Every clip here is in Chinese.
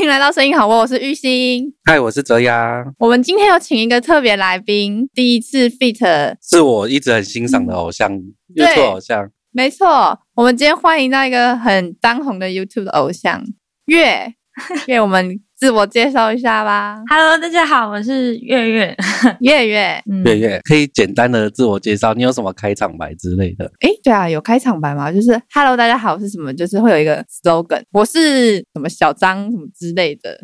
迎来到声音好窝，我是玉兴。嗨，我是泽阳，我们今天有请一个特别来宾，第一次 fit，是我一直很欣赏的偶像，YouTube 偶像。没错，我们今天欢迎到一个很当红的 YouTube 的偶像月 月，我们自我介绍一下 吧。 Hello，大家好，我是月月。月月，嗯月月可以简单的自我介绍，你有什么开场白之类的？诶，对啊，有开场白吗？就是 Hello，大家好是什么？就是会有一个 slogan，我是什么小张什么之类的。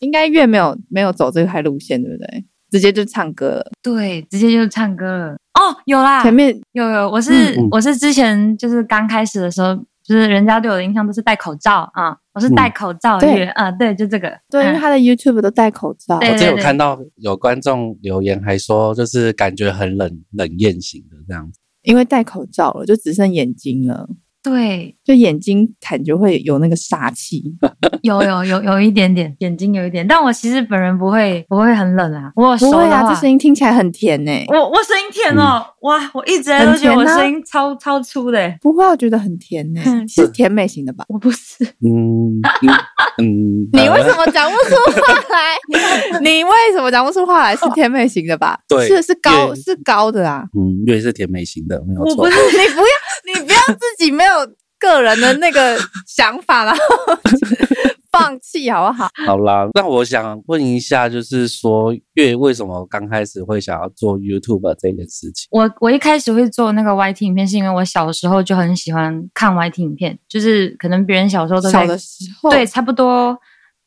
应该月没有没有走这块路线，对不对？直接就唱歌了。对，直接就唱歌了。哦，有啦，前面有有，我是、嗯我是之前就是刚开始的时候，就是人家对我的印象都是戴口罩啊、我是戴口罩嗯月啊、对，就这个。对，因为嗯他的 YouTube 都戴口罩。对我之前有对看到有观众留言，还说就是感觉很冷冷艳型的这样子。因为戴口罩了，就只剩眼睛了，对，就眼睛感觉会有那个杀气。有有有有一点点，眼睛有一点，但我其实本人不会不会很冷啊，我有不熟会的啊，话这声音听起来很甜呢、我我声音甜哦，哇！我一直以来都觉得很我甜啊声音超、超粗的欸，不会啊，我觉得很甜呢、嗯是甜美型的吧？我不是。嗯 嗯嗯， 你为什呃么讲不出 话来？哦你为什么讲不出话来？是甜美型的吧？对是是高对是高的啊！嗯月是甜美型的，没有我错不。是你不要你不要自己没有个人的那个想法，然后 放弃好不好？好啦，那我想问一下，就是说月为什么刚开始会想要做 YouTube 这件事情？我我一开始会做那个 YT 影片，是因为我小时候就很喜欢看 YT 影片，就是可能别人小时候都在小的时候对，差不多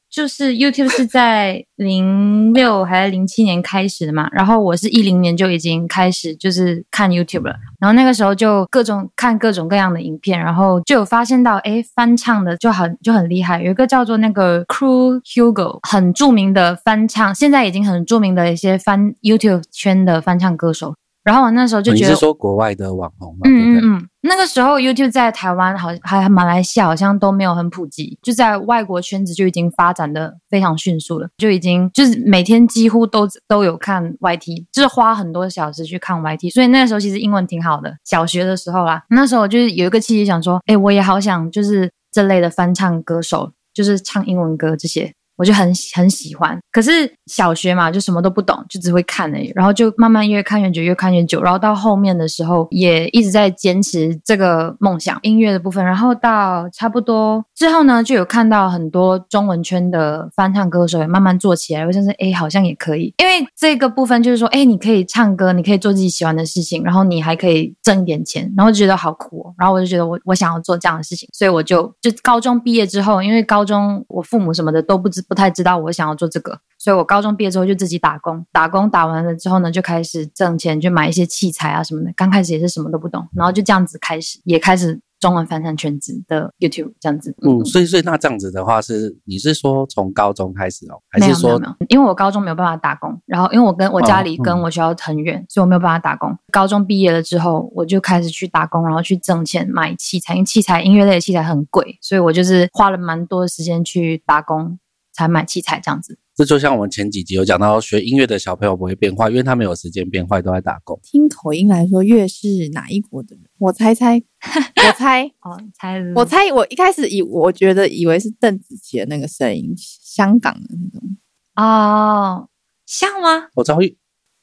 就是 YouTube 是在零六还是零七年开始的嘛，然后我是一零年就已经开始就是看 YouTube 了，然后那个时候就各种看各种各样的影片，然后就有发现到，哎，翻唱的就很就很厉害，有一个叫做那个 Crew Hugo 很著名的翻唱，现在已经很著名的一些翻 YouTube 圈的翻唱歌手。然后我那时候就哦你觉是得，说国外的网红吗？对嗯不嗯对？嗯，那个时候 YouTube 在台湾好还马来西亚好像都没有很普及，就在外国圈子就已经发展的非常迅速了，就已经就是每天几乎都都有看 YT，就是花很多小时去看 YT，所以那个时候其实英文挺好的，小学的时候啦，那时候我就是有一个契机想说，哎，我也好想就是这类的翻唱歌手，就是唱英文歌这些。我就很喜很喜欢。可是小学嘛，就什么都不懂，就只会看而已。然后就慢慢越看越久，越看越久。然后到后面的时候，也一直在坚持这个梦想音乐的部分。然后到差不多之后呢，就有看到很多中文圈的翻唱歌手也慢慢做起来。我就是哎，诶好像也可以，因为这个部分就是说，哎，你可以唱歌，你可以做自己喜欢的事情，然后你还可以挣一点钱，然后就觉得好酷哦。然后我就觉得我我想要做这样的事情，所以我就就高中毕业之后，因为高中我父母什么的都不知不太知道我想要做这个，所以我高中毕业之后就自己打工，打工打完了之后呢，就开始挣钱去买一些器材啊什么的。刚开始也是什么都不懂，然后就这样子开始，也开始中文翻唱圈子的 YouTube 这样子。嗯，所以所以那这样子的话是，你是说从高中开始哦，还没是有没说有没有，因为我高中没有办法打工，然后因为我跟我家里哦嗯跟我学校很远，所以我没有办法打工。高中毕业了之后，我就开始去打工，然后去挣钱买器材，因为器材音乐类的器材很贵，所以我就是花了蛮多的时间去打工才买器材这样子。这就像我们前几集有讲到，学音乐的小朋友不会变坏，因为他们有时间变坏，都在打工。听口音来说，月是哪一国的人？我猜 猜，我猜，哦，才我猜，我一开始以我觉得以为是邓紫棋的那个声音，香港的那种，哦，像吗？我知道，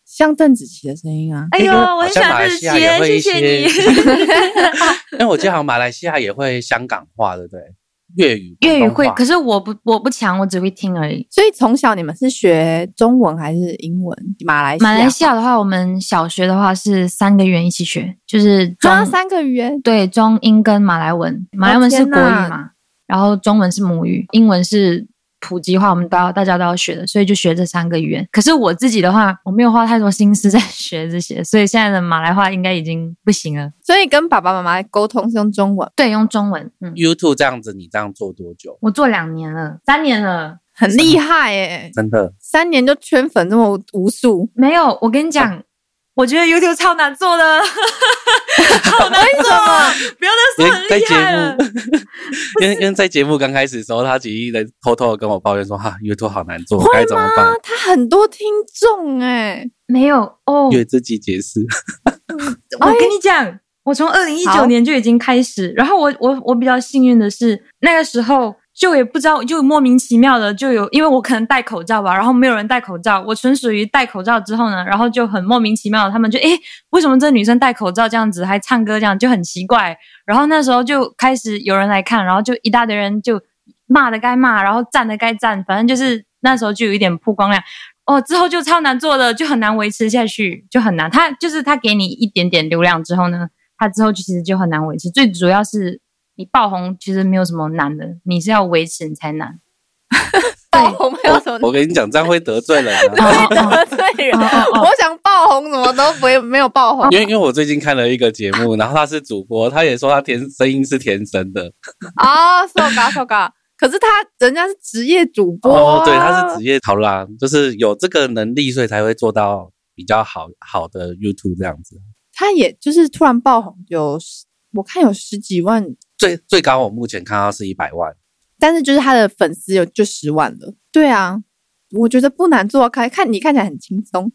像邓紫棋的声音啊。哎呦，因为哦我好很像想马来认识西亚也会谢一谢些，你。 因为我记得好像马来西亚也会香港话，对不对？粤语、粤语会，广可东话是我不我不强，我只会听而已。 所以从小你们是学中文还是英文？马来西亚马来西亚的话，我们小学的话是三个语言一起学，就是中啊，三个语言，对，中英跟马来文，马来文是国语天嘛，然后中文是母语，英文是普及化，我们都要大家都要学的，所以就学这三个语言。可是我自己的话，我没有花太多心思在 学这些，所以现在的马来话应该已经不行了。所以跟爸爸妈妈沟通是用中文，对，用中文，嗯， YouTube 这样子，你这样做多久？我做两年了，三年了，很厉害耶、真的，三年就圈粉这么无数，没有。我跟你讲，我觉得 YouTube 超难做的，好难为做什啊，么？不要再因说为很在厉节害了。目，因为因为在节目刚开始的时候，他其实在偷偷的跟我抱怨说：“哈、y o u t u b e 好难做，该怎么办啊，他很多听众哎、没有哦？”，因为自己解释，我跟你讲，我从二零一好九年就已经开始，然后我我我比较幸运的是，那个时候就也不知道，就莫名其妙的就有，因为我可能戴口罩吧，然后没有人戴口罩，我纯属于戴口罩之后呢，然后就很莫名其妙，他们就诶，为什么这女生戴口罩这样子还唱歌这样就很奇怪，然后那时候就开始有人来看，然后就一大堆人就骂的该骂，然后赞的该赞，反正就是那时候就有一点曝光量。哦，之后就超难做的，就很难维持下去，就很难。他就是他给你一点点流量之后呢，他之后就其实就很难维持。最主要是你爆红其实没有什么难的，你是要维持你才难。爆红哎 没有什么我跟你讲，这样会得罪人哦啊。 哦得罪人。哦哦哦我想爆红，怎么都不会没有爆红因为因为我最近看了一个节目，然后他是主播，他也说他天声音是天生的。哦，受嘎受嘎。可是他人家是职业主播啊、哦，对，他是职业好啦，就是有这个能力，所以才会做到比较好好的 YouTube 这样子。他也就是突然爆红，有十我看有十几万，最最高我目前看到是一百万，但是就是他的粉丝有就十万了。对啊，我觉得不难做，看看你看起来很轻松，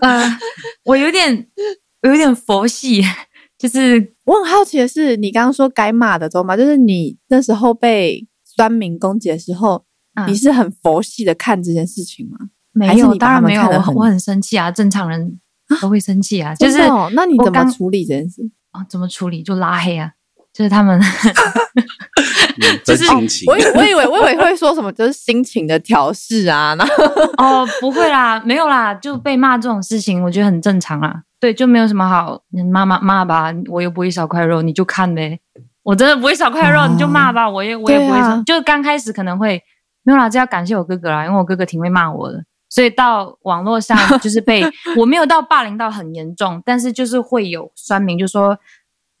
呃，我有点我有点佛系，就是我很好奇的是，你刚刚说改码的时候嘛，就是你那时候被酸民攻击的时候，嗯你是很佛系的看这件事情吗？还没是有，你把当他然们没有，看得我很很我很生气啊，正常人都会生气啊，就是真的哦那你我怎么刚处理这件事？哦怎么处理就拉黑啊，就是他们嗯真性情。我以我以为我以为会说什么，就是心情的调试啊，然后 哦，不会啦，没有啦，就被骂这种事情，我觉得很正常啊。对，就没有什么好你骂骂骂吧，我又不会少块肉，你就看呗。我真的不会少块肉，哦你就骂吧，我也我也不会少。对啊就刚开始可能会没有啦，这要感谢我哥哥啦，因为我哥哥挺会骂我的，所以到网 络上就是被我没有到霸凌到很严重，但是就是会有酸民就说。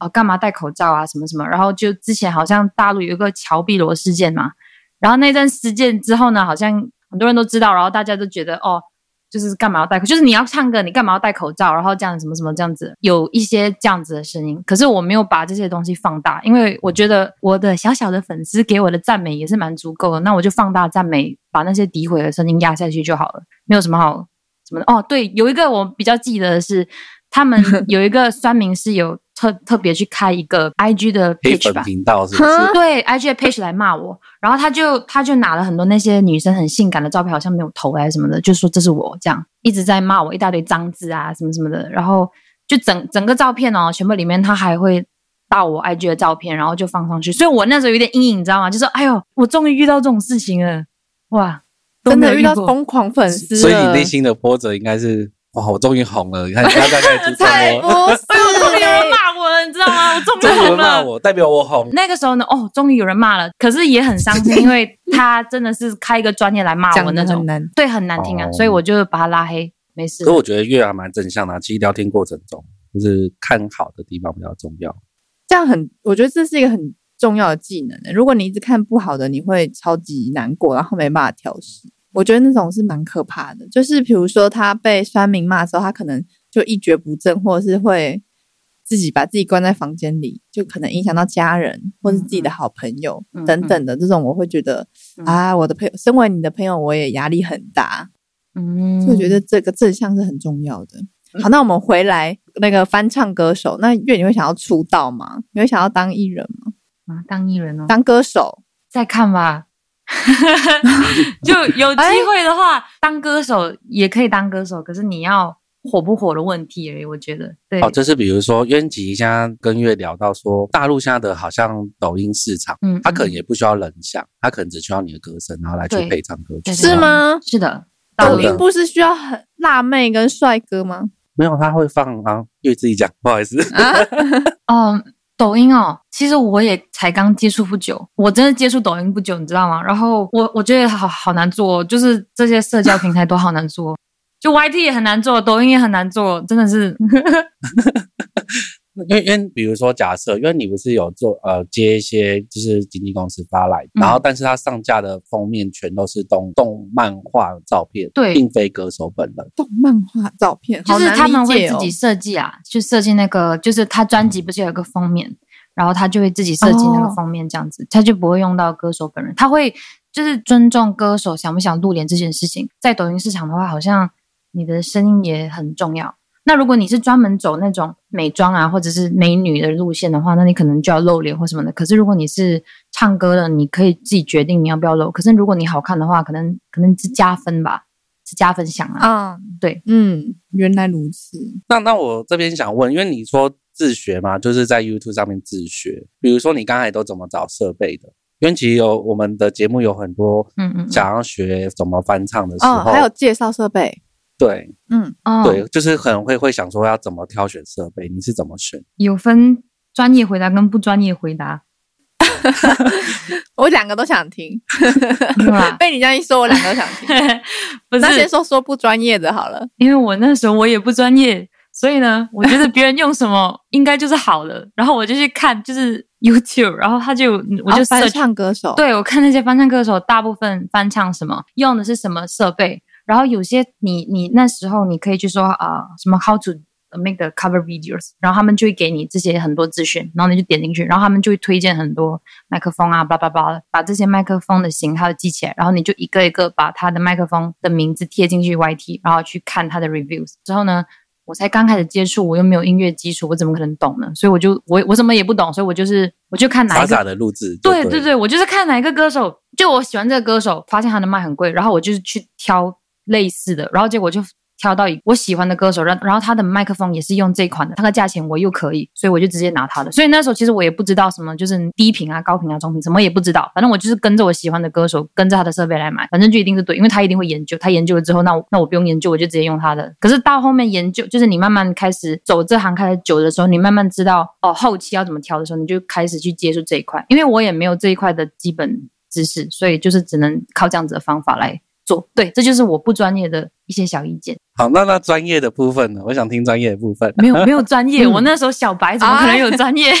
哦，干嘛戴口罩啊？什么什么？然后就之前好像大陆有一个乔碧罗事件嘛，然后那阵事件之后呢，好像很多人都知道，然后大家都觉得哦，就是干嘛要戴口，就是你要唱歌，你干嘛要戴口罩？然后这样什么什么这样子，有一些这样子的声音。可是我没有把这些东西放大，因为我觉得我的小小的粉丝给我的赞美也是蛮足够的，那我就放大赞美，把那些诋毁的声音压下去就好了，没有什么好什么的。哦，对，有一个我比较记得的是，他们有一个酸民是有特特别去开一个 IG 的黑 page 粉吧，频道啊是不是？对 IG 的 page 来骂我，然后他就他就拿了很多那些女生很性感的照片，好像没有头啊还是什么的，就说这是我这样，一直在骂我一大堆脏字啊什么什么的，然后就整整个照片哦，全部里面他还会盗我 IG 的照片，然后就放上去，所以我那时候有点阴影，你知道吗？就说哎呦，我终于遇到这种事情了，哇，都真没有的遇到过疯狂粉丝了，所以你内心的波折应该是哇，我终于红了，你看大家开始 注重 才不我，是哎呦，终于有人嘞！骂 我了，你知道吗？我终终于于有红人骂了。我，代表我红。 那个时候呢，哦，终于有人骂了，可是也很伤心，因为他真的是开一个专业来骂我讲那的种很，难，对，很难听啊，哦所以我就把他拉黑，没事所以。我觉得月还蛮正向的啊、其实聊天过程中，就是看好的地方比较重要。这样很，我觉得这是一个很重要的技能。欸如果你一直看不好的，你会超级难过，然后没办法调试。我觉得那种是蛮可怕的，就是比如说他被酸民骂的时候，他可能就一蹶不振，或者是会自己把自己关在房间里，就可能影响到家人或是自己的好朋友、嗯嗯等等的。这种我会觉得、嗯啊，我的朋友，身为你的朋友，我也压力很大。嗯，所以我觉得这个正向是很重要的。好，那我们回来那个翻唱歌手，那月你会想要出道吗？你会想要当艺人吗？啊，当艺人哦，当歌手？再看吧。 就有机会的话，当歌手也可以当歌手，可是你要火不火的问题而已。我觉得，对，哦，就是比如说，渊吉现在跟月聊到说，大陆现在的好像抖音市场，嗯，他可能嗯也不需要人像，他可能只需要你的歌声，然后来去对配唱歌曲。对对是吗？是的，当道抖然理音不是需要很辣妹跟帅哥吗？没有，他会放啊，月自己讲，不好意思。啊哦，抖音哦，其实我也才刚接触不久，我真的接触抖音不久，你知道吗？然后我我觉得好好难做哦，就是这些社交平台都好难做，哦 就 YT 也很难做，抖音也很难做，真的是 因为因为比如说假设，因为你不是有做呃接一些就是经纪公司发来，嗯然后但是他上架的封面全都是动动漫画照片，对并非歌手本人。动漫画照片，就好是难他们理会解自哦己设计啊，去设计那个，就是他专辑不是有一个封面，然后他就会自己设计那个哦封面，这样子、他就不会用到歌手本人，他会就是尊重歌手想不想露脸这件事情，在抖音市场的话，好像你的声音也很重要，那如果你是专门走那种美妆啊或者是美女的路线的话，那你可能就要露脸或什么的。可是如果你是唱歌的，你可以自己决定你要不要露。可是如果你好看的话，可能可能是加分吧，是加分项啊。啊，对，嗯，原来如此，那那我这边想问，因为你说自学嘛，就是在 YouTube 上面自学，比如说你刚才都怎么找设备的？因为其实有我们的节目有很多嗯嗯，嗯想要学怎么翻唱的时哦，候，还有介绍设备，对嗯，哦对，就是可能会会想说要怎么挑选设备，你是怎么选？有分专业回答跟不专业回答，我两个都想听，没有啦被你这样一说，我两个都想听。 不那先是，说说不专业的好了，因为我那时候我也不专业，所以呢，我觉得别人用什么应该就是好的，然后我就去看就是 YouTube，然后他就我就哦翻 search 唱歌手，，对，我看那些翻唱歌手，大部分翻唱什么用的是什么设备，然后有些你你那时候你可以去说啊、呃什么 how to make the cover videos，然后他们就会给你这些很多资讯，然后你就点进去，然后他们就会推荐很多麦克风啊，叭叭叭，把这些麦克风的型号记起来，然后你就一个一个把他的麦克风的名字贴进去 YT，然后去看他的 reviews 之后呢。我才刚开始接触，我又没有音乐基础，我怎么可能懂呢？所以我就我我什么也不懂，所以我就是我就看哪一傻个傻的录制，对对对对，我就是看哪一个歌手，就我喜欢这个歌手，发现他的麦很贵，然后我就是去挑类似的，然后结果就挑到一我喜欢的歌手，然然后他的麦克风也是用这一款的，它的价钱我又可以，所以我就直接拿它的。所以那时候其实我也不知道什么就是低频啊、高频啊、中频，什么也不知道，反正我就是跟着我喜欢的歌手，跟着他的设备来买，反正就一定是对，因为他一定会研究，他研究了之后，那我那我不用研究，我就直接用他的。可是到后面研究，就是你慢慢开始走这行开始久的时候，你慢慢知道哦后期要怎么调的时候，你就开始去接触这一块，因为我也没有这一块的基本知识，所以就是只能靠这样子的方法来做。对，这就是我不专业的一些小意见。好，那那专业的部分呢？我想听专业的部分。没有没有专业，嗯我那时候小白怎么可能有专 业？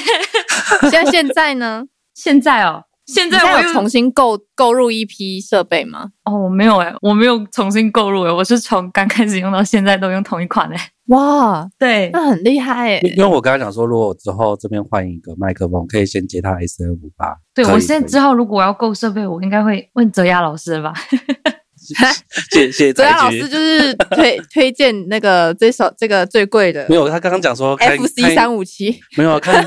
像现在呢，现在哦，现你现在我在又有重新购购入一批设备吗？哦，我没有哎、我没有重新购入哎、我是从刚开始用到现在都用同一款哎、哇，对，那很厉害因诶。因为我刚刚讲说，如果我之后这边换一个麦克风，可以先接他 S N 五八。对可以我现在可之后如果我要购设备，我应该会问泽雅老师了吧？以谢 谢泽啊再雅老局师就是 推推荐那个这首这个最贵的没有，他刚刚讲说看 FC 看三五七， 没有啊看，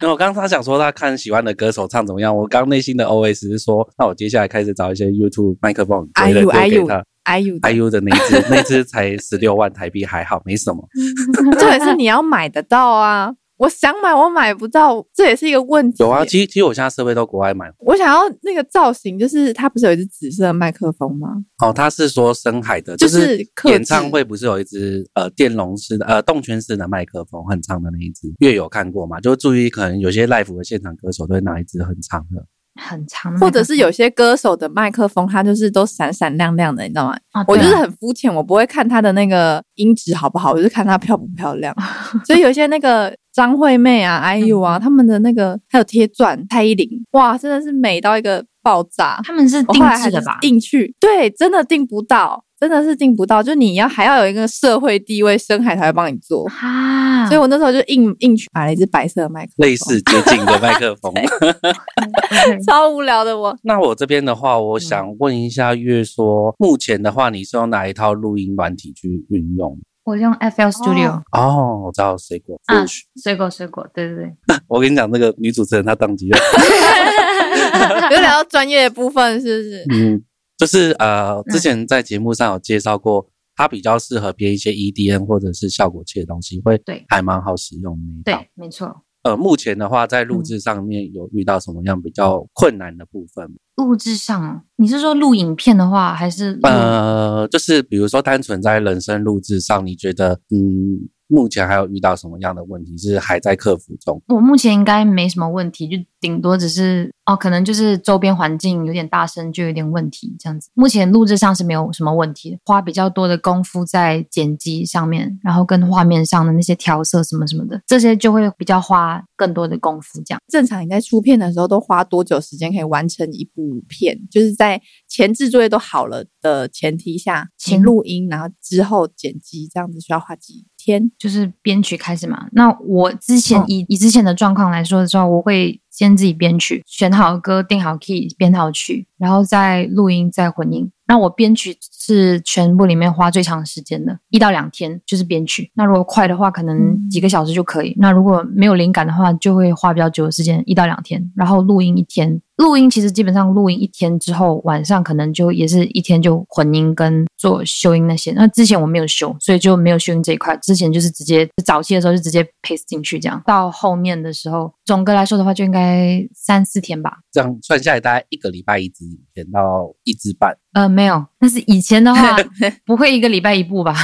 没有。刚刚他讲说他看喜欢的歌手唱怎么样，我刚内心的 O S 是说，那我接下来开始找一些 YouTube 麦克风哎推的呦歌哎给呦他。哎呦， I U 的那一只，那一只才十六万台币，还好没什么。 重点是你要买得到啊！我想买我买不到，这也是一个问题。有啊，其实其实我现在设备都国外买。我想要那个造型，就是它不是有一只紫色的麦克风吗？哦，他是说深海的，就就是是克制演唱会不是有一支呃电容式的呃动圈式的麦克风，很长的那一支，月有看过嘛？就注意，可能有些 live 的现场歌手都会拿一支很长的，很长的嗯麦克风，或者是有些歌手的麦克风，它就是都闪闪亮亮的，你知道吗？啊， 我对就啊是很肤浅，我不会看它的那个音质好不好，我就是看它漂不漂 亮。所以有一些那个张惠妹啊、IU 嗯啊，他们的那个还有贴钻、蔡依林，哇，真的是美到一个爆炸。他们是我定后来还制是的吧？订去，对，真的订不到，真的是订不到。就你要还要有一个社会地位，深海才会帮你做。啊，所以我那时候就硬硬去买了一只白色的麦克风，类似接近的麦克风。 OK 超无聊的我。那我这边的话，嗯我想问一下月说，目前的话你是用哪一套录音软体去运用？ 我用 FL Studio，哦，我知道水果啊 Frush 水果水果，对对对，我跟你讲，这个女主持人她宕机了。 有聊到专业的部分，是不是？嗯，就是呃，嗯之前在节目上有介绍过，它比较适合编一些 EDM 或者是效果器的东西，会对还蛮好使用那一套。对，嗯没错。呃，目前的话，在录制上面有遇到什么样比较困难的部分吗？录制上哦，你是说录影片的话，还是录呃，就是比如说单纯在人声录制上，你觉得嗯，目前还有遇到什么样的问题是还在克服中？我目前应该没什么问题，就顶多只是哦，可能就是周边环境有点大声，就有点问题这样子。目前录制上是没有什么问题的，花比较多的功夫在剪辑上面，然后跟画面上的那些调色什么什么的，这些就会比较花更多的功夫这样。正常你在出片的时候都花多久时间可以完成一部片？就是在前置作业都好了的前提下，先嗯录音，然后之后剪辑，这样子需要花几天？就是编曲开始嘛。那我之前、嗯以以之前的状况来说的时候，我会先自己编曲，选好歌，定好 key，编好曲，然后再录音，再混音。那我编曲是全部里面花最长时间的，一到两天就是编曲。那如果快的话，可能嗯几个小时就可以。那如果没有灵感的话，就会花比较久的时间，一到两天。然后录音一天，录音其实基本上录音一天之后，晚上可能就也是一天就混音跟做修音那些。那之前我没有修，所以就没有修音这一块。之前就是直接早期的时候就直接 paste 进去这样。到后面的时候，总的来说的话就应该三四天吧。这样算下来大概一个礼拜一支影片到一支半，呃，没有，但是以前的话不会一个礼拜一部吧，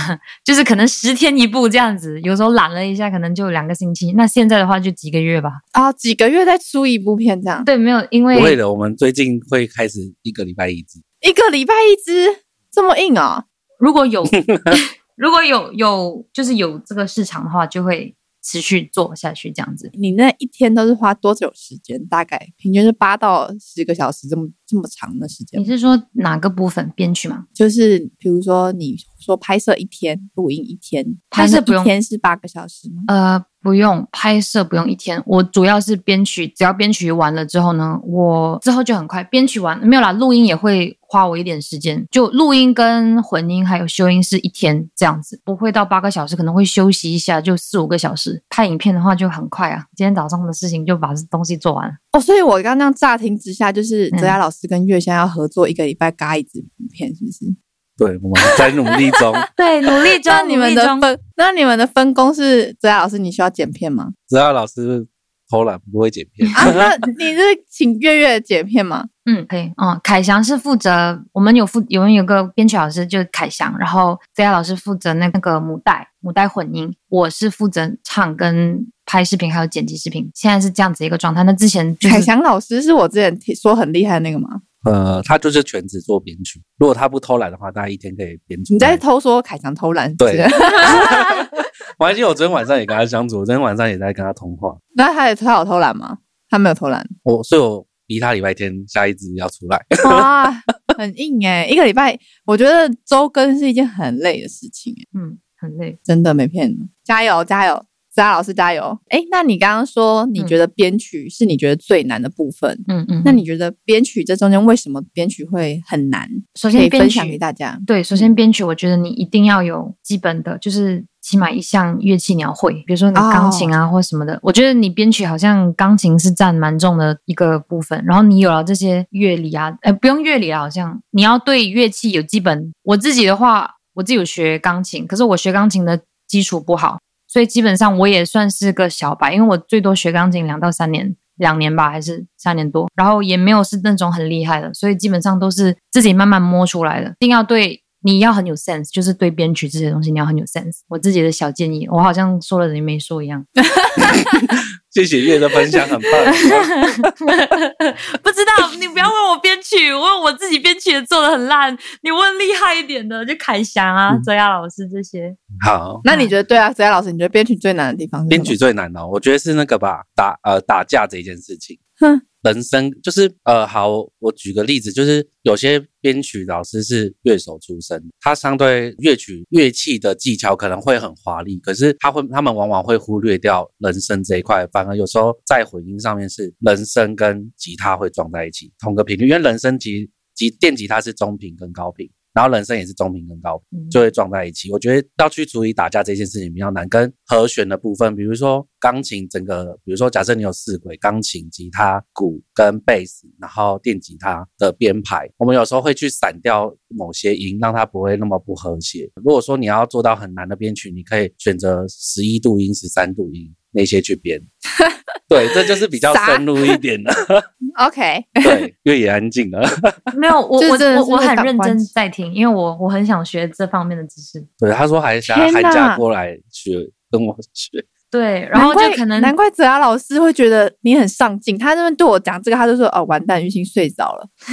就是可能十天一部这样子，有时候懒了一下，可能就两个星期。那现在的话就几个月吧。啊、几个月再出一部片这样，对，没有，因不会为的，我们最近会开始一个礼拜一支。一个礼拜一支，这么硬哦。如 果有 如果有有就是有这个市场的话，就会持续做下去这样子。你那一天都是花多久时间？大概平均是八到十个小时，这么这么长的时间你吗，是说哪个部分编曲吗？就是比如说你说拍摄一天，录音一天，拍摄那不用一天是八个小时吗？呃，不用拍摄，不用一天。我主要是编曲，只要编曲完了之后呢，我之后就很快编曲完没有啦，录音也会花我一点时间。就录音跟混音还有修音是一天这样子，不会到八个小时，可能会休息一下，就四五个小时。拍影片的话就很快啊，今天早上的事情就把东西做完了。哦，所以我刚刚乍听之下，就是嗯泽雅老师跟月香要合作一个礼拜嘎一支片，是不是？对，我们在努力中， 对，努力 那你们的分，那你们的分工是泽雅老师，你需要剪片吗？只要老师偷懒不会剪片，啊，那你是请月月剪片吗？嗯，可以。嗯，凯翔是负责我们有负，我们有个编曲老师就是凯翔，然后 Z 亚老师负责那个母带母带混音，我是负责唱跟拍视频还有剪辑视频。现在是这样子一个状态。那之前 就是凯翔老师是我之前听说很厉害的那个吗？呃，他就是全职做编曲。如果他不偷懒的话，大概一天可以编出来。你在偷说凯翔偷懒？是不是对，我还记得我昨天晚上也跟他相处，我昨天晚上也在跟他通话。 那他也他有偷懒吗？他没有偷懒我所以我逼他礼拜天下一支要出来，哇，很硬哎、一个礼拜，我觉得周更是一件很累的事情、欸，嗯很累。真的没骗你，加油加油，泽雅老师加油！哎、那你刚刚说你觉得编曲是你觉得最难的部分，嗯嗯，那你觉得编曲这中间为什么编曲会很难？首可先以编分曲享给大家。对，首先编曲，我觉得你一定要有基本的，就是起码一项乐器你要会，比如说你钢琴啊或什么的。我觉得你编曲好像钢琴是占蛮重的一个部分，然后你有了这些乐理啊，呃，不用乐理啊，好像你要对乐器有基本。我自己的话，我自己有学钢琴，可是我学钢琴的基础不好，所以基本上我也算是个小白，因为我最多学钢琴两到三年，两年吧，还是三年多，然后也没有是那种很厉害的，所以基本上都是自己慢慢摸出来的。一定要对你要很有 sense，就是对编曲这些东西你要很有 sense。我自己的小建议，我好像说了等于没说一样， 谢谢月的分享，很棒。不知道你不要问我编曲，问我自己编曲也做的很烂，你问厉害一点的，就凯翔啊、嗯泽亚老师这些。好，那你觉得对啊，泽雅老师，你觉得编曲最难的地方是什么？编曲最难哦的，我觉得是那个吧，打呃打架这件事情哼。人生就是呃，好，我举个例子，就是有些编曲老师是乐手出身，他相对乐曲乐器的技巧可能会很华丽，可是他会他们往往会忽略掉人声这一块，反而有时候在混音上面是人声跟吉他会撞在一起，同个频率，因为人声吉吉电吉他是中频跟高频，然后人声也是中频跟高频。嗯就会撞在一起。我觉得要去处理打架这件事情比较难，跟和弦的部分，比如说钢琴整个，比如说假设你有四轨，钢琴、吉他、鼓跟贝斯，然后电吉他的编排，我们有时候会去散掉某些音，让它不会那么不和谐。如果说你要做到很难的编曲，你可以选择十一度音、十三度音那些去 编。对，这就是比较啥深入一 点的。 OK，对，越野安静了。 没有 我这我真的我是我会很打认真关系在听，因为我我很想学这方面的知识。对，他说还想天寒假哪过来学跟我学。对，然后就难怪可能难怪泽雅老师会觉得你很上进，他那边对我讲这个，他就说哦，完蛋，玉兴睡着了，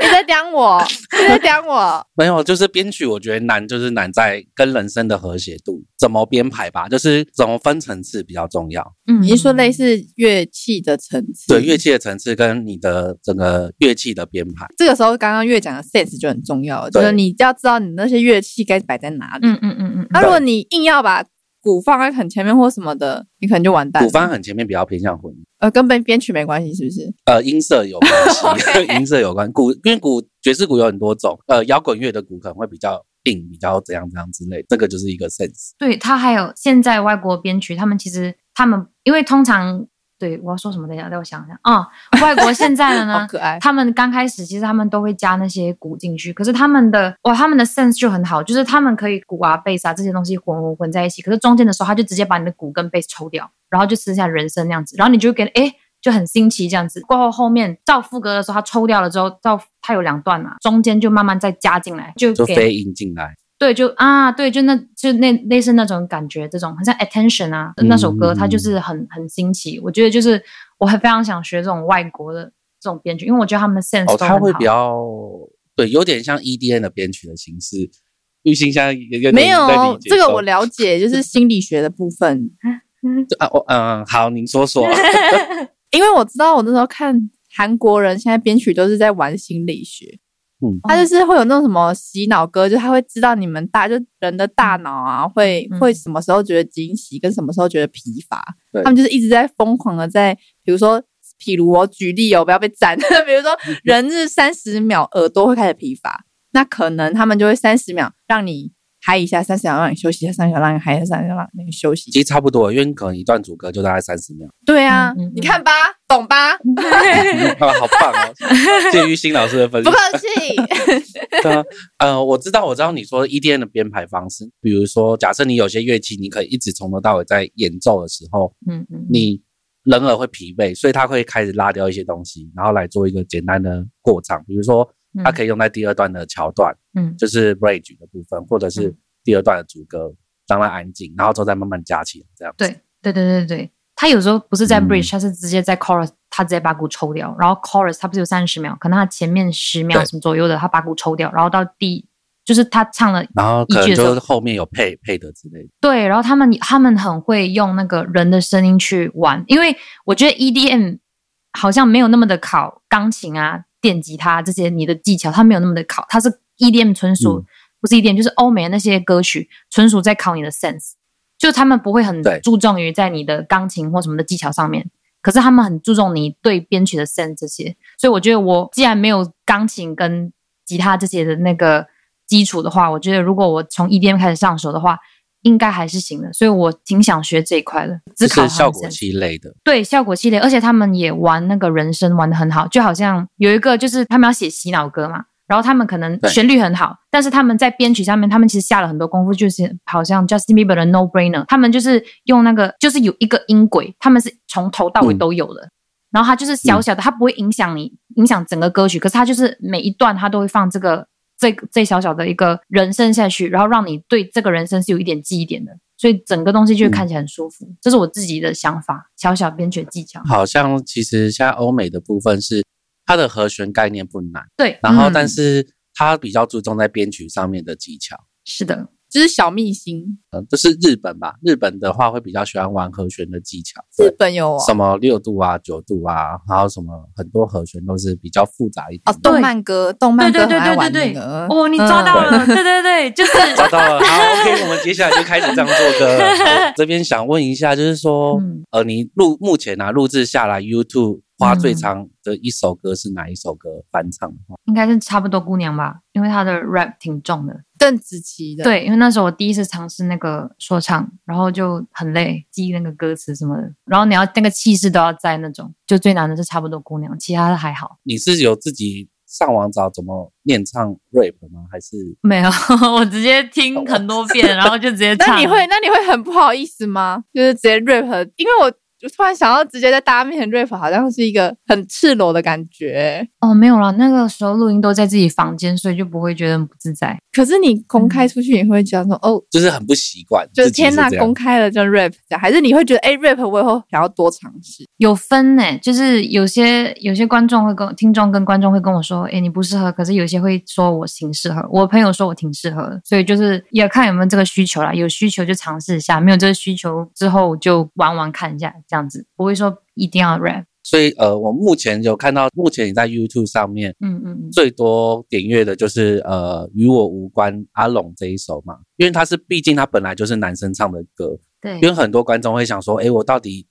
你在讲我，你在讲我，没有，就是编曲，我觉得难，就是难在跟人声的和谐度，怎么编排吧，就是怎么分层次比较重要。嗯你是说类似乐器的层次？对，乐。器的层次跟你的整个乐器的编排，这个时候，刚刚乐讲的 sense 就很重要了，对就是你要知道你那些乐器该摆在哪里。嗯嗯嗯嗯那、如果你硬要把鼓放在很前面或什么的，你可能就完蛋了。鼓方很前面比较偏向混音，呃，跟编编曲没关系，是不是？呃，音色有关系， OK 音色有关。鼓因为鼓爵士鼓有很多种，呃，摇滚乐的鼓可能会比较硬，比较怎样怎样之类，这个就是一个 sense。对他还有现在外国编曲，他们其实他们因为通常对我要说什么？等一下，让我想想啊、外国现在 好的呢，可爱。他们刚开始其实他们都会加那些鼓进去，可是他们的哇，他们的 sense 就很好，就是他们可以鼓啊、贝斯啊这些东西混混混在一起，可是中间的时候他就直接把你的鼓跟贝斯抽掉，然后就剩下人声那样子，然后你就跟诶就很新奇这样子。过后后面到副歌的时候，他抽掉了之后，到他有两段嘛，中间就慢慢再加进来，就就给飞音进来，对，就啊，对，就那就那类似那种感觉，这种很像 attention 啊，嗯那首歌它就是很很新奇。我觉得就是我还非常想学这种外国的这种编曲，因为我觉得他们的 sense 哦，都很好。它会比较对，有点像 EDM 的编曲的形式。玉兴现在有点没在理有解这个中我了解，就是心理学的部分。啊，我嗯，好，您说说。因为我知道我那时候看韩国人现在编曲都是在玩心理学，嗯他就是会有那种什么洗脑歌，就是他会知道你们大就人的大脑啊，会、嗯会什么时候觉得惊喜，跟什么时候觉得疲乏，对他们就是一直在疯狂的在，比如说。 譬如我举例哦，不要被斩。比如说，人是三十秒，耳朵会开始疲乏，那可能他们就会三十秒让你嗨一下，三十秒让你休息一下，三十秒让你嗨一下，三十秒让你休息一下其实差不多，因为可能一段主歌就大概三十 秒。对啊，嗯嗯嗯你看吧，懂吧？嗯哇，好棒 哦！谢谢于新老师的分不享客。气。对啊 呃，我知道，我知道你说 EDM 的编排方式，比如说，假设你有些乐器，你可以一直从头到尾在演奏的时候，嗯嗯，你人耳会疲惫，所以它会开始拉掉一些东西，然后来做一个简单的过场。比如说，它可以以用在第二段的桥段，嗯就是 bridge 的部分，或者是第二段的主歌，让它安静，然后之后再慢慢加起来，这样子。对对对对对，他有时候不是在嗯 bridge，、他是直接在 chorus，他直接把鼓抽掉，然后 chorus 他不是有三十秒，可能他前面十秒对什么左右的，他把鼓抽掉，然后到第就是他唱了然后可一句能的时候就是后面有配配的之类的。对，然后他们他们很会用那个人的声音去玩，因为我觉得 EDM 好像没有那么的考钢琴啊、电吉他这些你的技巧，它没有那么的考，它是 EDM 纯属、嗯不是 EDM，就是欧美的那些歌曲纯属在考你的 sense，就他们不会很对注重于在你的钢琴或什么的技巧上面，可是他们很注重你对编曲的 sense 这些，所以我觉得我既然没有钢琴跟吉他这些的那个基础的话，我觉得如果我从 EDM 开始上手的话，应该还是行的。所以我挺想学这一块的，只就考是效好果像是器类的，对效果系列，而且他们也玩那个人声玩的很好，就好像有一个就是他们要写洗脑歌嘛，然后他们可能对旋律很好，但是他们在编曲上面，他们其实下了很多功夫，就是好像 Justin Bieber 的 No Brainer，他们就是用那个就是有一个音轨，他们是从头到尾嗯都有的。然后它就是嗯小小的，它不会影响你，影响整个歌曲。可是它就是每一段，它都会放这个这这小小的一个人声下去，然后让你对这个人声是有一点记忆点的，所以整个东西嗯就会看起来很舒服。这是我自己的想法，小小编曲技嗯巧。好像其实现在欧美的部分是它的和弦概念不难，对，然后嗯但是它比较注重在编曲上面的技巧。是的，就是小秘辛，嗯，这是日本吧？日本的话会比较喜欢玩和弦的技巧，日对，本有哦什么六度啊、九度啊，还有什么很多和弦都是比较复杂一哦点的。动漫歌，动漫歌很爱玩那个。哦嗯了对对对， 就是找到了，好，OK，我们 接下来就开始这样做歌了。好这边想问一下，就是说，嗯呃，你录目前啊录制下来，YouTube 花最嗯长的一首歌是哪一首歌翻唱的话？应该是差不多姑娘吧，因为她的 rap 挺重的。邓紫棋的，，对，因为那时候我第一次尝试那个说唱，然后就很累，记那个歌词什么的，然后你要那个气势都要在那种，就最难的是差不多姑娘，其他的还好。你是有自己上网找怎么念唱 rap 吗？还是没有， 我直接听很多遍，然后就直接唱。那你会那你会很不好意思吗？就是直接 rap，因为我我突然想到直接在大家面前 rap，好像是一个很赤裸的感觉。 哦，没有啦，那个时候录音都在自己房间，所以就不会觉得很不自在。可是你公开出去，你会觉得说，哦，就是很不习惯？就是嗯自己天呐，这样公开了就 rap，这样还是你会觉得，哎，rap 我以后想要多尝试。有分呢、就是有些有些观众会跟听众跟观众会跟我说，哎，你不适合，可是有些会说我挺适合。我朋友说我挺适合的，所以就是也看有没有这个需求啦，有需求就尝试一下，没有这个需求之后就玩玩看一下，这样子不会说一定要 rap。所以呃，我目前有看到，目前你在 YouTube 上面嗯嗯嗯，最多点阅的就是呃与我无关阿龙这一首嘛，因为他是毕竟他本来就是男生唱的歌，对因为很多观众会想说，诶，我到底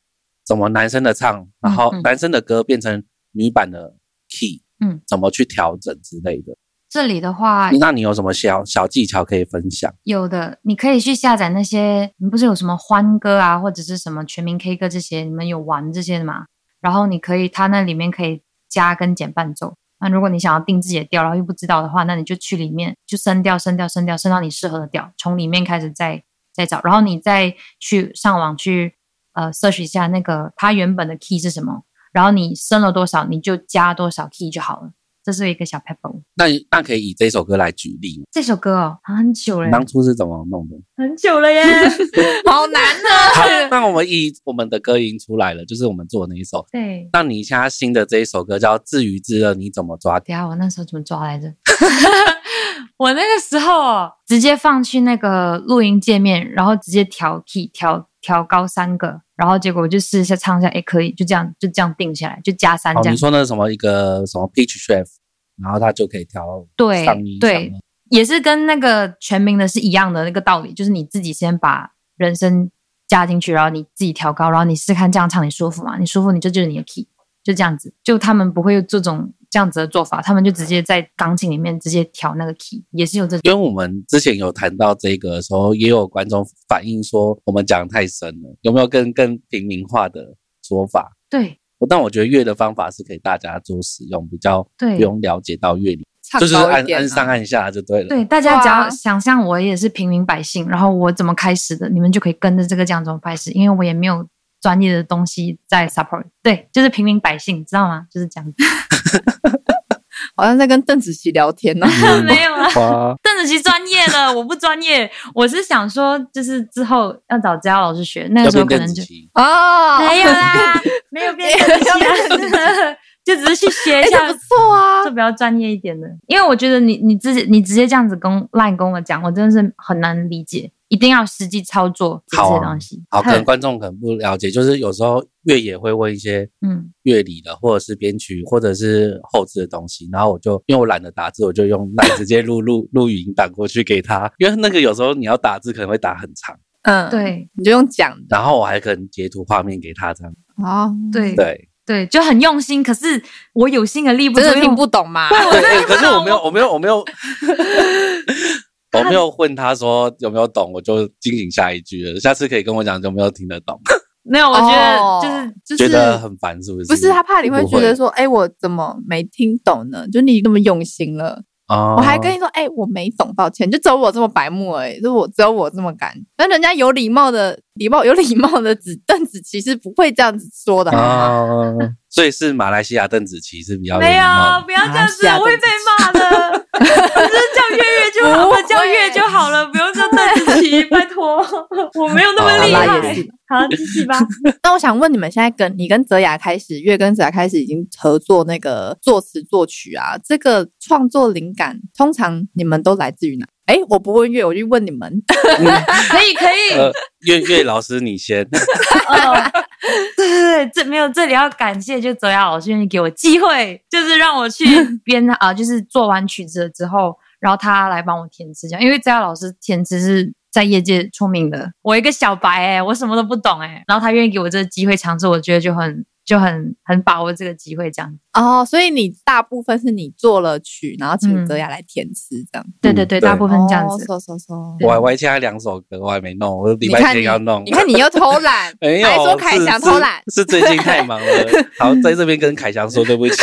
怎么男生的唱，然后嗯嗯男生的歌变成女版的 key，嗯，哎怎么去调整之类的。这里的话，那你有什么小小技巧可以分享？有的，你可以去下载那些，你不是有什么欢歌啊，或者是什么全民 K 歌这些，你们有玩这些的吗？然后你可以，它那里面可以加跟减伴奏。那如果你想要定自己的调，然后又不知道的话，那你就去里面就升调、升调、升调，升到你适合的调，从里面开始再再找，然后你再去上网去呃 search 一下那个它原本的 key 是什么，然后你升了多少，你就加多少 key 就好了。这是一个小 pebble。那你那可以以这首歌来举例吗，这首歌哦，啊很久了你耶，当初是怎么弄 的？很久了耶。好难啊！ 好，那我们以我们的歌已经出来了，就是我们做的那一首。对，那你现在新的这一首歌叫《自娱自乐》，你怎么抓？等一下我那时候怎么抓来着？ 我那个时候哦，直接放去那个录音界面，然后直接调 key 调调高三个，然后结果我就试一下唱一下，哎，可以，就这样就这样定下来，就加三哦这，样。你说那什么一个什么 pitch shift，然后它就可以调对上一对上二也是跟那个全民的是一样的那个道理，就是你自己先把人声加进去，然后你自己调高，然后你试看这样唱你舒服吗？你舒服，你这就是你的 key，就这样子。就他们不会有这种这样子的做法，他们就直接在钢琴里面直接调那个 key，也是有这因为我们之前有谈到这个的时候，也有观众反映说我们讲得太深了，有没有更更平民化的说法？对但我觉得乐的方法是给大家做使用，比较不对用了解到乐理，唱就是高一按点啊按上按下就对了。对，大家哇只要想象我也是平民百姓，然后我怎么开始的，你们就可以跟着这个这样怎么开始，因为我也没有专业的东西在 support。对，就是平民百姓，知道吗？就是这样子。好像在跟邓紫棋聊天呢、嗯 没有啦，哇，邓紫棋专业了，我不专业。我是想说，就是之后要找佳老师学，那要个时候变邓可能紫就棋。哦，没有啦，没有变邓紫棋啦，就只是去学一 哎，下。这不错啊就，比较专业一点的，因为我觉得你你自己你直接这样子跟 line 跟我讲，我真的是很难理解，一定要实际操作这好些啊东西。好，可还有嗯能观众可能不了解，就是有时候越野会问一些嗯，乐理的，或者是编曲，或者是后置的东西，然后我就因为我懒得打字，我就用赖直接录 录录语音档过去给他，因为那个有时候你要打字可能会打很长，嗯，，对你就用讲的然后我还可能截图画面给他这样，哦，，对对对，就很用心，可是我有心而力不足，真的听因为不懂嘛？对， 欸可是我没有我没有我没有我没有问他说有没有懂，我就进行下一句了，下次可以跟我讲有没有听得懂，我没有，我觉哦得就是就是觉得很烦是不是？不是他怕你会不觉得说，哎、我怎么没听懂呢？就你那么用心了，哦我还跟你说，哎、我没懂，抱歉，就只有我这么白目而已，就我只有我这么敢。但人家有礼貌的礼貌有礼貌的子邓紫棋是不会这样子说的，好吗？啊， 所以是马来西亚邓紫棋是比较没有貌，的不要这样子，啊吓我会被骂的。我就是叫月月就好不会了，叫月就好了，不用叫邓紫棋，拜托， 我没有那啊么厉好啦也害是。好，继续吧。那我想问你们，现在跟你跟泽雅开始，月跟泽雅开始已经合作那个作词作曲啊，这个创作灵感通常你们都来自于哪？哎、我不问月，我就问你们。 可以，可以。呃，岳 岳老师你先，哦， 对对对，这没有这里要感谢，就泽雅老师愿意给我机会，就是让我去编啊、就是做完曲子了之后，然后他来帮我填词，这样，因为泽雅老师填词是。在业界出名的，我一个小白哎、我什么都不懂哎、然后他愿意给我这个机会尝试，我觉得就很就很很把握这个机会这样。哦，所以你大部分是你做了曲，然后请嗯泽雅来填词，这样。对对对对，大部分这样子。搜搜搜。我还我还欠他两首歌，我还没弄，我礼你拜看天你要弄，你。看你又偷懒没有，还说凯是翔偷懒，是是最近太忙了。 好，在这边跟凯翔说对不起。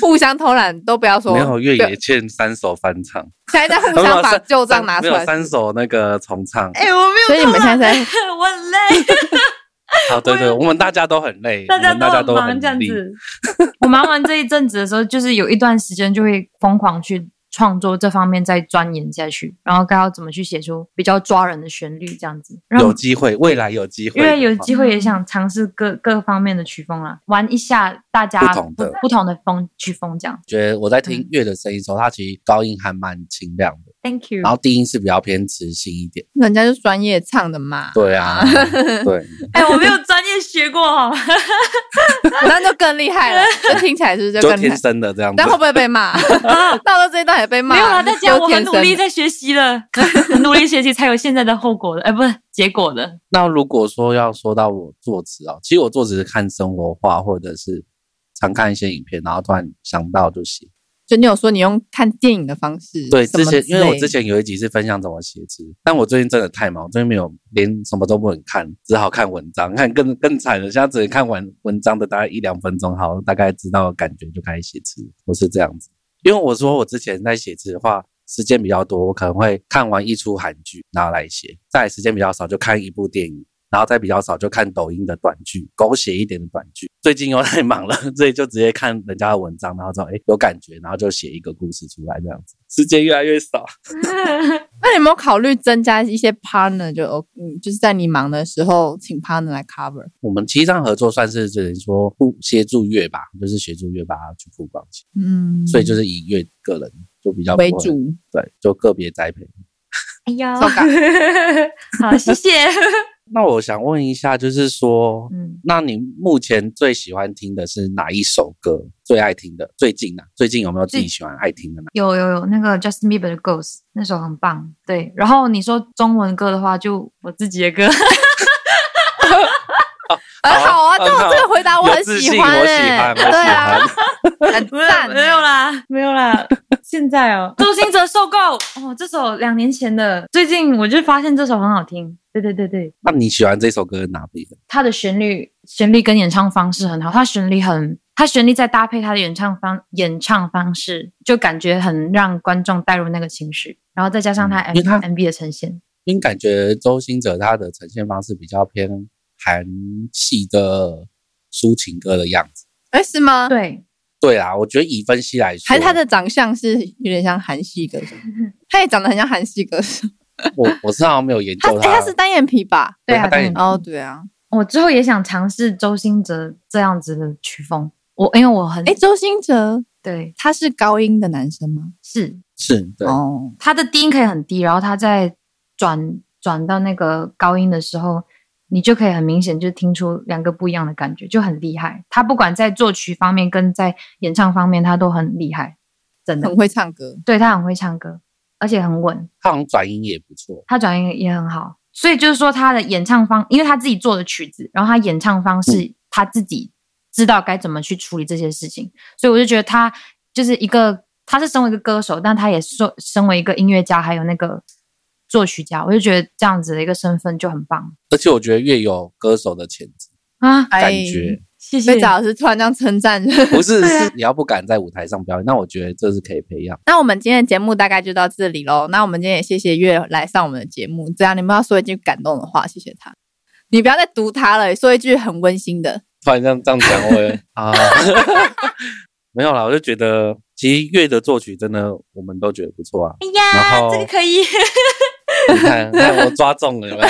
互相偷懒都不要说。 没有越对野欠三首翻唱，现在在互没有相把三旧账拿出没来有，三首那个重唱。哎、我没有，所以你们现在在 我很累，好，对对，我们大家都很累，大家我们大家都都很忙很这样力。子。我忙完这一阵子的时候，就是有一段时间就会疯狂去创作这方面，再钻研下去，然后该要怎么去写出比较抓人的旋律这样子。然后有机会，未来有机会因的话，为有机会也想尝试各各方面的曲风啦，玩一下大家不同的不同的风曲风这样。觉得我在听嗯乐的声音的时候，它其实高音还蛮清亮的， Thank you 然。后低音是比较偏磁性一点。 人家就是专业唱的 嘛，对啊，对，哎、我没有专业学过哦，那就更厉害了，就听起来是不是就就更厉天害？生的这样子 但。会不会被 骂？到了这一段也被骂，没有啦，大家就我很天生 努力在学习了，很努力学习才有现在的后果的。哎、不是，结果 的。那如果说要说到我作词啊，其实我作词是看生活化，或者是常看一些影片，然后突然想到就写。就你有说你用看电影的方式，对，什么之前因为之我类之前有一集是分享怎么写字，但我最近真的太忙，最近没有连什么都不能看，只好看文章，看更更惨了。现在只能看完文章的大概一两分钟，好，大概知道感觉就开始写字。我是这样子，因为我说我之前在写字的话，时间比较多，我可能会看完一出韩剧然后来写，再来时间比较少就看一部电影。然后再比较少就看抖音的短剧，狗血一点的短剧。最近又太忙了， 所以就直接看人家的文章，然后说哎有感觉，然后就写一个故事出来这样子。时间越来越少，那你有没有考虑增加一些 partner？就哦嗯，就是在你忙的时候，请 partner 来 cover。我们其实上合作算是只能说互协助乐吧，就是协助乐把它去曝光起来，嗯，所以就是以乐个人就比较不为，会主。对，就个别栽培。哎呀受感 好，谢谢。那我想问一下，就是说，嗯，那你目前最喜欢听的是哪一首歌？最爱听的？最近呢、啊最近有没有自己喜欢爱听的呢？有有有，那个 Justin Bieber 的 Ghost 那首很棒。对，然后你说中文歌的话，就我自己的歌。很好啊，好嗯这种好这个回答我很有自喜信，欢我喜哎、欢，我喜对啊，欢。很没有赞没欸。有啦，没有啦。 现在哦，周兴哲受够哦，这首两年前的，最近我就发现这首很好听。对对对对， 那你喜欢这首歌的哪里？它的旋律旋律跟演唱方式很好，它旋律很，它旋律再搭配它的演唱方演唱方式，就感觉很让观众带入那个情绪，然后再加上它嗯 M 因为它 M B 的呈现，因为感觉周兴哲他的呈现方式比较偏韩系的抒情歌的样子。哎、是吗？，对，对啊，我觉得以分析来说，还是他的长相是有点像韩系歌手，他也长得很像韩系歌手。 我我是好像没有研他究哎、他是单眼皮吧？对 对啊他带对你哦，对啊。我之后也想尝试周兴哲这样子的曲风，我因为我很哎、周兴哲对他是高音的男生吗？是是对，哦，他的低音可以很低，然后他在转转到那个高音的时候，你就可以很明显就听出两个不一样的感觉，就很厉害。他不管在作曲方面跟在演唱方面，他都很厉害，真的很。会唱歌。对他很会唱歌，而且很稳，他好像转音也不错。他转音也很好。所以就是说，他的演唱方，因为他自己做的曲子，然后他演唱方式他自己知道该怎么去处理这些事情，所以我就觉得他就是一个，他是身为一个歌手，但他也是说身为一个音乐家，还有那个作曲家，我就觉得这样子的一个身份就很棒而且我觉得越有歌手的潜质，啊！感哎觉、谢谢被贾老师突然这样称赞。不是对啊是你要不敢在舞台上表演，那我觉得这是可以培养。 那我们今天的节目大概就到这里喽。那我们今天也谢谢月来上我们的节目，这样你们要说一句感动的话，谢谢他。你不要再读他了，说一句很温馨的。突然这样这样讲，我也啊， 没有啦，我就觉得其实乐的作曲真的我们都觉得不错啊。哎然呀，后这个可以， 你看，你看我抓中了，有没 有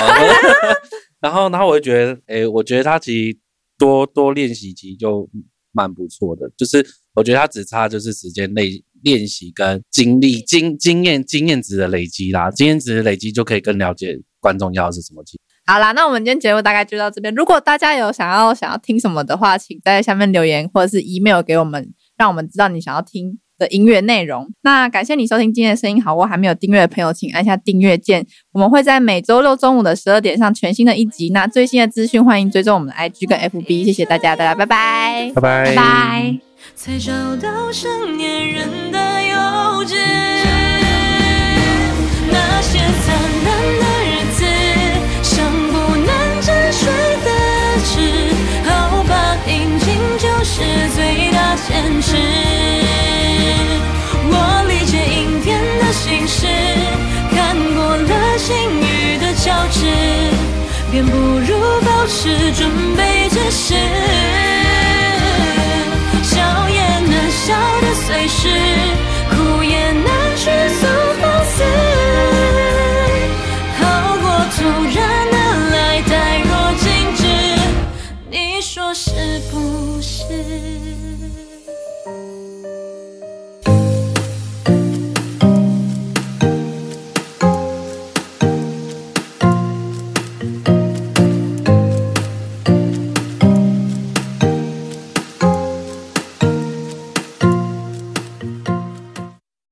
然后，然后我就觉得，诶、我觉得他其实多多练习，其实就蛮不错的。就是我觉得他只差就是时间累练习跟经历经经验经验值的累积啦，经验值的累积就可以更了解观众要的是什么。好啦，那我们今天节目大概就到这边。如果大家有想要想要听什么的话，请在下面留言或者是 email 给我们，让我们知道你想要听的音乐内容。那感谢你收听今天的声音好我还没有订阅的朋友，请按下订阅键。我们会在每周六中午的十二点上全新的一集。那最新的资讯欢迎追踪我们的 IG 跟 FB。谢谢大家，大家拜拜。拜拜拜拜。才找到成年人的幼稚。那些灿烂的日子，像不能沾水的纸，好吧，平静就是最大限制。我理解影片的形式，看过了情欲的交织，便不如保持准备之时。